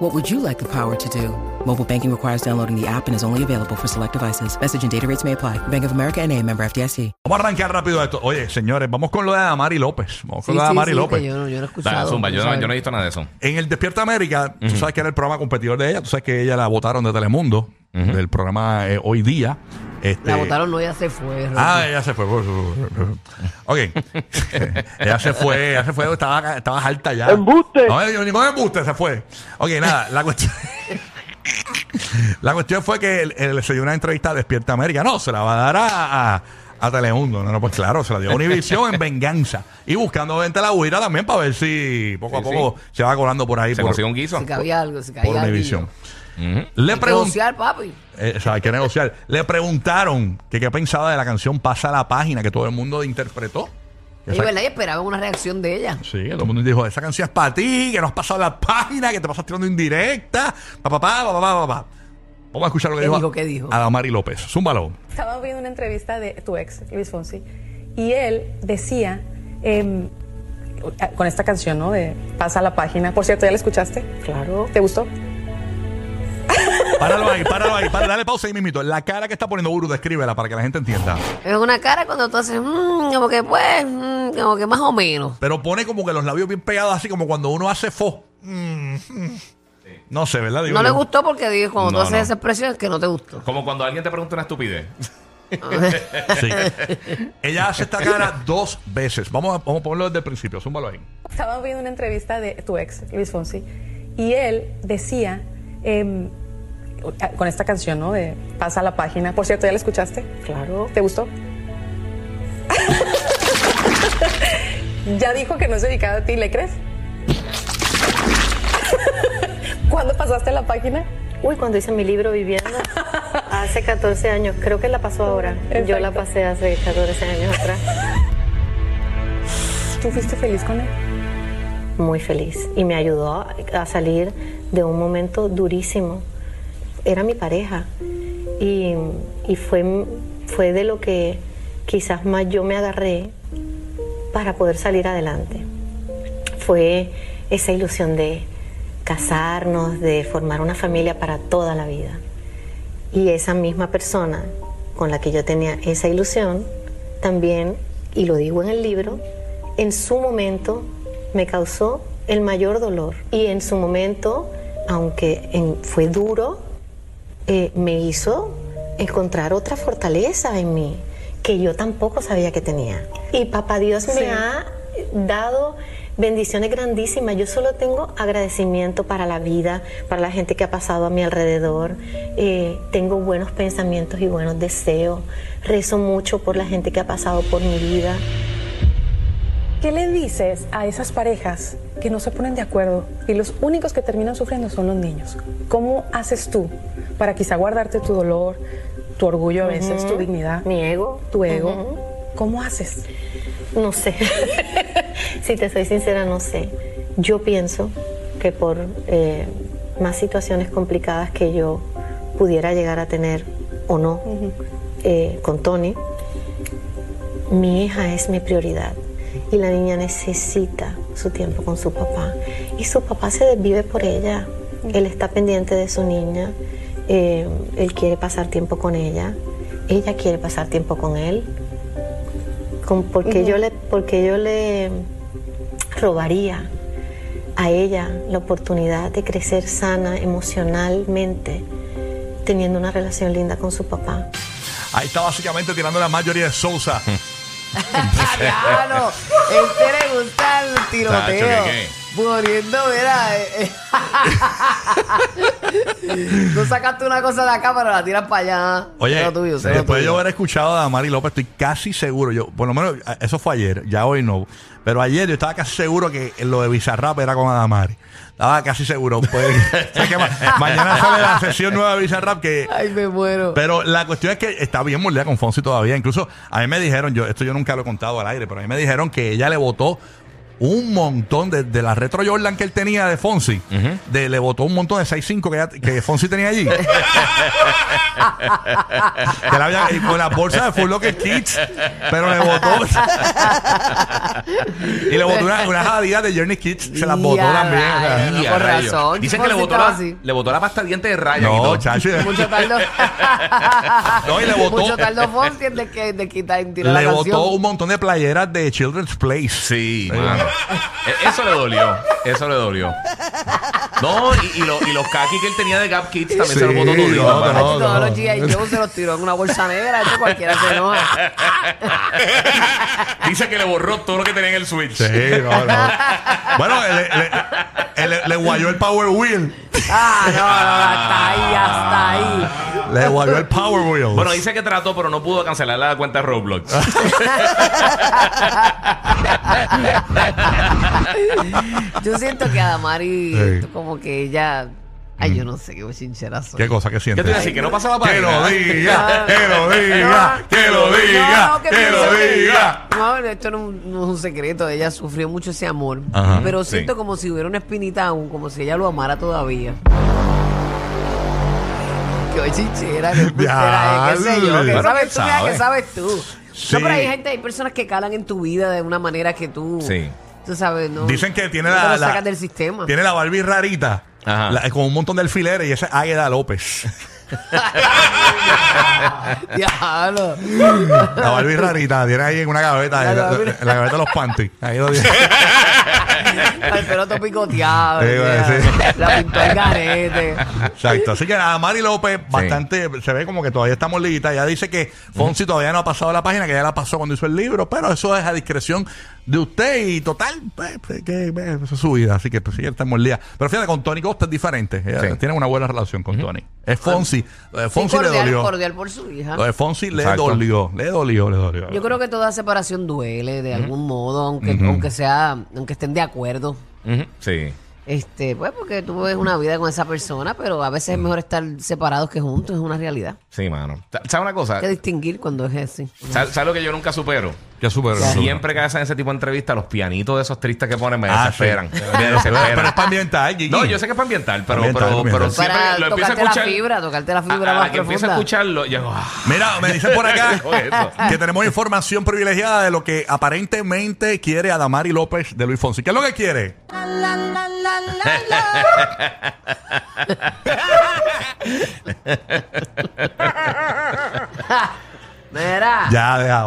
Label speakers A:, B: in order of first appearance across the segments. A: What would you like the power to do? Mobile banking requires downloading the app and is only available for select devices. Message and data rates may apply. Bank of America and a member FDIC.
B: Vamos a arrancar rápido esto. Oye, señores, vamos con lo de Damari López. Vamos con
C: Sí,
B: lo de
C: sí,
B: Damari
C: sí,
B: López.
C: que Yo no, yo no he
D: Dale,
C: escuchado.
D: Zumba,
C: tú
D: yo no,
C: sabes.
D: yo no he visto nada de eso.
B: En el Despierta América, tú sabes que era el programa competidor de ella, tú sabes que ella la votaron de Telemundo, del programa eh, Hoy Día. Este,
C: La votaron, no, ya se fue. Rocky.
B: Ah, ella se fue. Ok. ella se fue, ella se fue, estaba, estaba alta ya.
E: ¡Embuste!
B: No, ella- ningún embuste se fue. Ok, nada, la cuestión. la cuestión fue que él, él se dio una entrevista a Despierta América. No, se la va a dar a. a- a Telemundo, no, no, pues claro, se la dio a Univision en venganza. Y buscando vente la huira también para ver si poco a
D: Sí,
B: poco se va colando por ahí.
D: ¿Se
B: por,
D: consiguió un guiso?
C: se cabía algo, se cabía
B: por
C: algo.
B: Univision. Le
C: Hay que
B: pregunté.
C: negociar, papi.
B: Eh, o sea, hay que negociar. Le preguntaron que qué pensaba de la canción Pasa la página que todo el mundo interpretó. Que
C: Y
B: esa-
C: verdad, y esperaban una reacción de ella.
B: Sí, que todo el mundo dijo, esa canción es para ti, que no has pasado la página, que te pasas tirando indirecta. Pa, pa, pa, pa, pa, pa, pa. Vamos a escuchar lo que
C: ¿Qué
B: dijo,
C: dijo? ¿Qué dijo?
B: Adamari López. Zúmbalo.
F: Estaba viendo una entrevista de tu ex, Luis Fonsi, y él decía, em, con esta canción, ¿no? De Pasa la página. Por cierto, ¿ya la escuchaste? Claro. ¿Te gustó?
B: Páralo ahí, páralo ahí. páralo. dale pausa ahí mismito. La cara que está poniendo Uru, descríbela para que la gente entienda.
C: Es una cara cuando tú haces, mm, como que pues, mm, como que más o menos.
B: Pero pone como que los labios bien pegados, así como cuando uno hace fo. Mm, mm. No sé, ¿verdad? Digo
C: No le
B: yo.
C: gustó porque dijo, cuando
D: No,
C: tú haces
D: no.
C: esa expresión es que no te gustó.
D: Como cuando alguien te pregunta una estupidez.
B: Sí. Ella hace esta cara dos veces. Vamos a, vamos a ponerlo desde el principio. Zúmbalo ahí.
F: Estaba viendo una entrevista de tu ex, Luis Fonsi, y él decía, em, con esta canción, ¿no? De Pasa la página. Por cierto, ¿ya la escuchaste? Claro. ¿Te gustó? ya dijo que no es dedicada a ti, ¿le crees? ¿Cuándo pasaste la página?
G: Uy, cuando hice mi libro Viviendo, hace 14 años, creo que la pasó ahora. Yo la
F: Exacto.
G: pasé hace 14 años atrás.
F: ¿Tú fuiste feliz con él?
G: Muy feliz y me ayudó a- a salir de un momento durísimo. Era mi pareja y, y fue, fue de lo que quizás más yo me agarré para poder salir adelante. Fue esa ilusión de casarnos, de formar una familia para toda la vida. Y esa misma persona con la que yo tenía esa ilusión, también, y lo digo en el libro, en su momento me causó el mayor dolor. Y en su momento, aunque en- fue duro, eh, me hizo encontrar otra fortaleza en mí que yo tampoco sabía que tenía. Y papá Dios me ha dado bendiciones grandísimas. Yo solo tengo agradecimiento para la vida, para la gente que ha pasado a mi alrededor. Eh, tengo buenos pensamientos y buenos deseos. Rezo mucho por la gente que ha pasado por mi vida.
F: ¿Qué le dices a esas parejas que no se ponen de acuerdo y los únicos que terminan sufriendo son los niños? ¿Cómo haces tú para quizá guardarte tu dolor, tu orgullo a veces, tu dignidad,
G: Mi ego,
F: tu ego?
G: Ujú.
F: ¿Cómo haces?
G: No sé. si te soy sincera, no sé. Yo pienso que por eh, más situaciones complicadas que yo pudiera llegar a tener o no eh, con Tony, mi hija es mi prioridad. Y la niña necesita su tiempo con su papá. Y su papá se desvive por ella. Él está pendiente de su niña. eh, él quiere pasar tiempo con ella. Ella quiere pasar tiempo con él con- porque yo le porque yo le robaría a ella la oportunidad de crecer sana emocionalmente teniendo una relación linda con su papá.
B: Ahí está básicamente tirando la mayoría de Sousa.
C: ¡Diablo! Este le gusta el
D: Tacho,
C: tiroteo.
D: ¿qué, qué?
C: Poniendo, mira. eh, eh. Tú sacaste una cosa de acá, pero la tiras para allá.
B: Oye,
C: Es lo tuyo, es lo
B: después de yo
C: tuyo.
B: haber escuchado a Mari López, estoy casi seguro, yo, por lo menos, a- eso fue ayer, ya hoy no, pero ayer yo estaba casi seguro que lo de Bizarrap era con Adamari. Estaba casi seguro. Pues, O sea que ma- mañana sale la sesión nueva de Bizarrap que...
C: Ay, me muero.
B: Pero la cuestión es que está bien moldeada con Fonsi todavía. Incluso a mí me dijeron, yo esto yo nunca lo he contado al aire, pero a mí me dijeron que ella le votó un montón de, de la retro Jordan que él tenía de Fonsi. de, le votó un montón de 6.5 que, ella- que Fonsi tenía allí. que la había- y con la bolsa de Full Locker Kids. Pero le votó. y le votó una, una Adidas de Journey Kids. Se las votó
C: Ya,
B: también. o sea.
C: Ay, no,
D: Y a
C: con
D: rayos.
C: razón.
D: Dicen
C: Yo
D: que le
C: por
D: botó,
C: si
D: la,
C: estaba así.
D: le botó la pasta de dientes de Ryan y
B: No,
D: todo.
B: chacho.
C: Mucho tardó.
B: No, y le botó-
C: Mucho tardó Fonsi en de que- de quitar en tirar
B: le
C: la
B: botó
C: canción.
B: un montón de playeras de Children's Place.
D: Sí, mano. E- Eso le dolió. Eso le dolió. No, y, y lo- y los kakis que él tenía de Gap Kids también se los botó
B: Sí,
D: todo.
B: no,
D: mano.
B: no.
C: Ay, todos los G.I. Joe se los tiró en una bolsa negra. Esto cualquiera se enoja.
D: Dice que le borró todo lo que tenía en el Switch.
B: Sí, no, no. bueno, le, le- él le- le guayó el Power Wheel.
C: Ah, no, no, hasta ahí, hasta ahí.
B: Le guayó el Power Wheel.
D: Bueno, dice que trató, pero no pudo cancelar la cuenta de Roblox.
C: Yo siento que
B: Sí.
C: Adamari, como que ella. Ay, yo no sé qué bochincherazo.
B: ¿Qué cosa que
D: ¿Qué
B: sientes?
D: te iba a decir? Que no pasaba para
B: Que lo diga, que lo diga,
C: No,
B: que lo
C: no,
B: diga,
C: no, que
B: que lo
C: pienso que-
B: diga.
C: No, esto no, no es un secreto. Ella sufrió mucho ese amor.
B: Ajá,
C: pero
D: sí.
C: siento como si hubiera una espinita aún, como si ella lo amara todavía. Qué bochinchera, qué embustera, eh, qué sé yo.
B: Pero
C: ¿Qué sabes tú?
B: quién
C: mira,
B: sabe.
C: ¿Qué sabes tú?
B: Sí.
C: No, pero hay gente, hay personas que calan en tu vida de una manera que tú.
D: Sí.
C: Tú sabes, ¿no?
B: Dicen que tiene
C: no te
B: la,
C: lo
B: la-
C: sacas del sistema.
B: Tiene la Barbie rarita.
D: Ajá.
B: la- con un montón de alfileres y esa es Águeda López.
C: Diablo.
B: La Barbie rarita tiene ahí en una gaveta,
C: La
B: en la,
C: Barbie-
B: en la gaveta de los panties. Ahí lo tiene.
C: Al pelo todo picoteado.
B: Sí, iba a decir.
C: La pintó el garete.
B: Exacto. Así que nada, Mari López, bastante, se ve como que todavía está molita. Ella dice que Fonsi todavía no ha pasado la página, que ya la pasó cuando hizo el libro, pero eso es a discreción de usted y total, pues, pues, que, pues, eso es su vida. Así que pues, sí, está molida. Pero fíjate, con Tony Costa es diferente. Ella
D: Sí.
B: tiene una buena relación con Tony. Es Fonsi. Lo de Fonsi le
C: cordial,
B: dolió.
C: cordial por su hija.
B: Lo de Fonsi le
D: Exacto.
B: dolió, le dolió, le dolió.
C: Yo creo que toda separación duele de algún modo, aunque, aunque sea, aunque estén de acuerdo.
D: Ujú, Sí.
C: Este, pues porque tú ves una vida con esa persona, pero a veces es mejor estar separados que juntos, es una realidad.
D: Sí, mano. Sa- ¿Sabes una cosa?
C: Hay que distinguir cuando es así.
D: Sa- ¿Sabes lo que yo nunca supero?
B: Ya superó.
D: Siempre que hacen ese tipo de entrevistas, los pianitos de esos tristes que ponen me
B: Ah, sí.
D: desesperan. Me
B: Pero es
D: desesperan.
B: para ambiental, Gigi.
D: No, yo sé que es para ambiental, pero,
B: Ambiental,
D: pero,
B: ambiental.
D: pero siempre
C: Para
D: lo empiezo a
C: tocarte la
D: escuchar.
C: fibra, tocarte la fibra
D: a- a
C: más
D: que empiezo a
C: profunda.
D: escucharlo, yo. ah,
B: Mira, me dicen por acá
D: Oye, eso.
B: que tenemos información privilegiada de lo que aparentemente quiere Adamari López de Luis Fonsi. ¿Qué es lo que quiere?
C: Mira.
B: Ya, deja. vamos.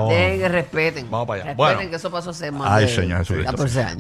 C: Dejen que respeten.
B: Vamos para allá.
C: Respeten
B: Bueno.
C: que eso pasó hace más
B: Ay,
C: de
B: señor Jesucristo.
C: 14 años.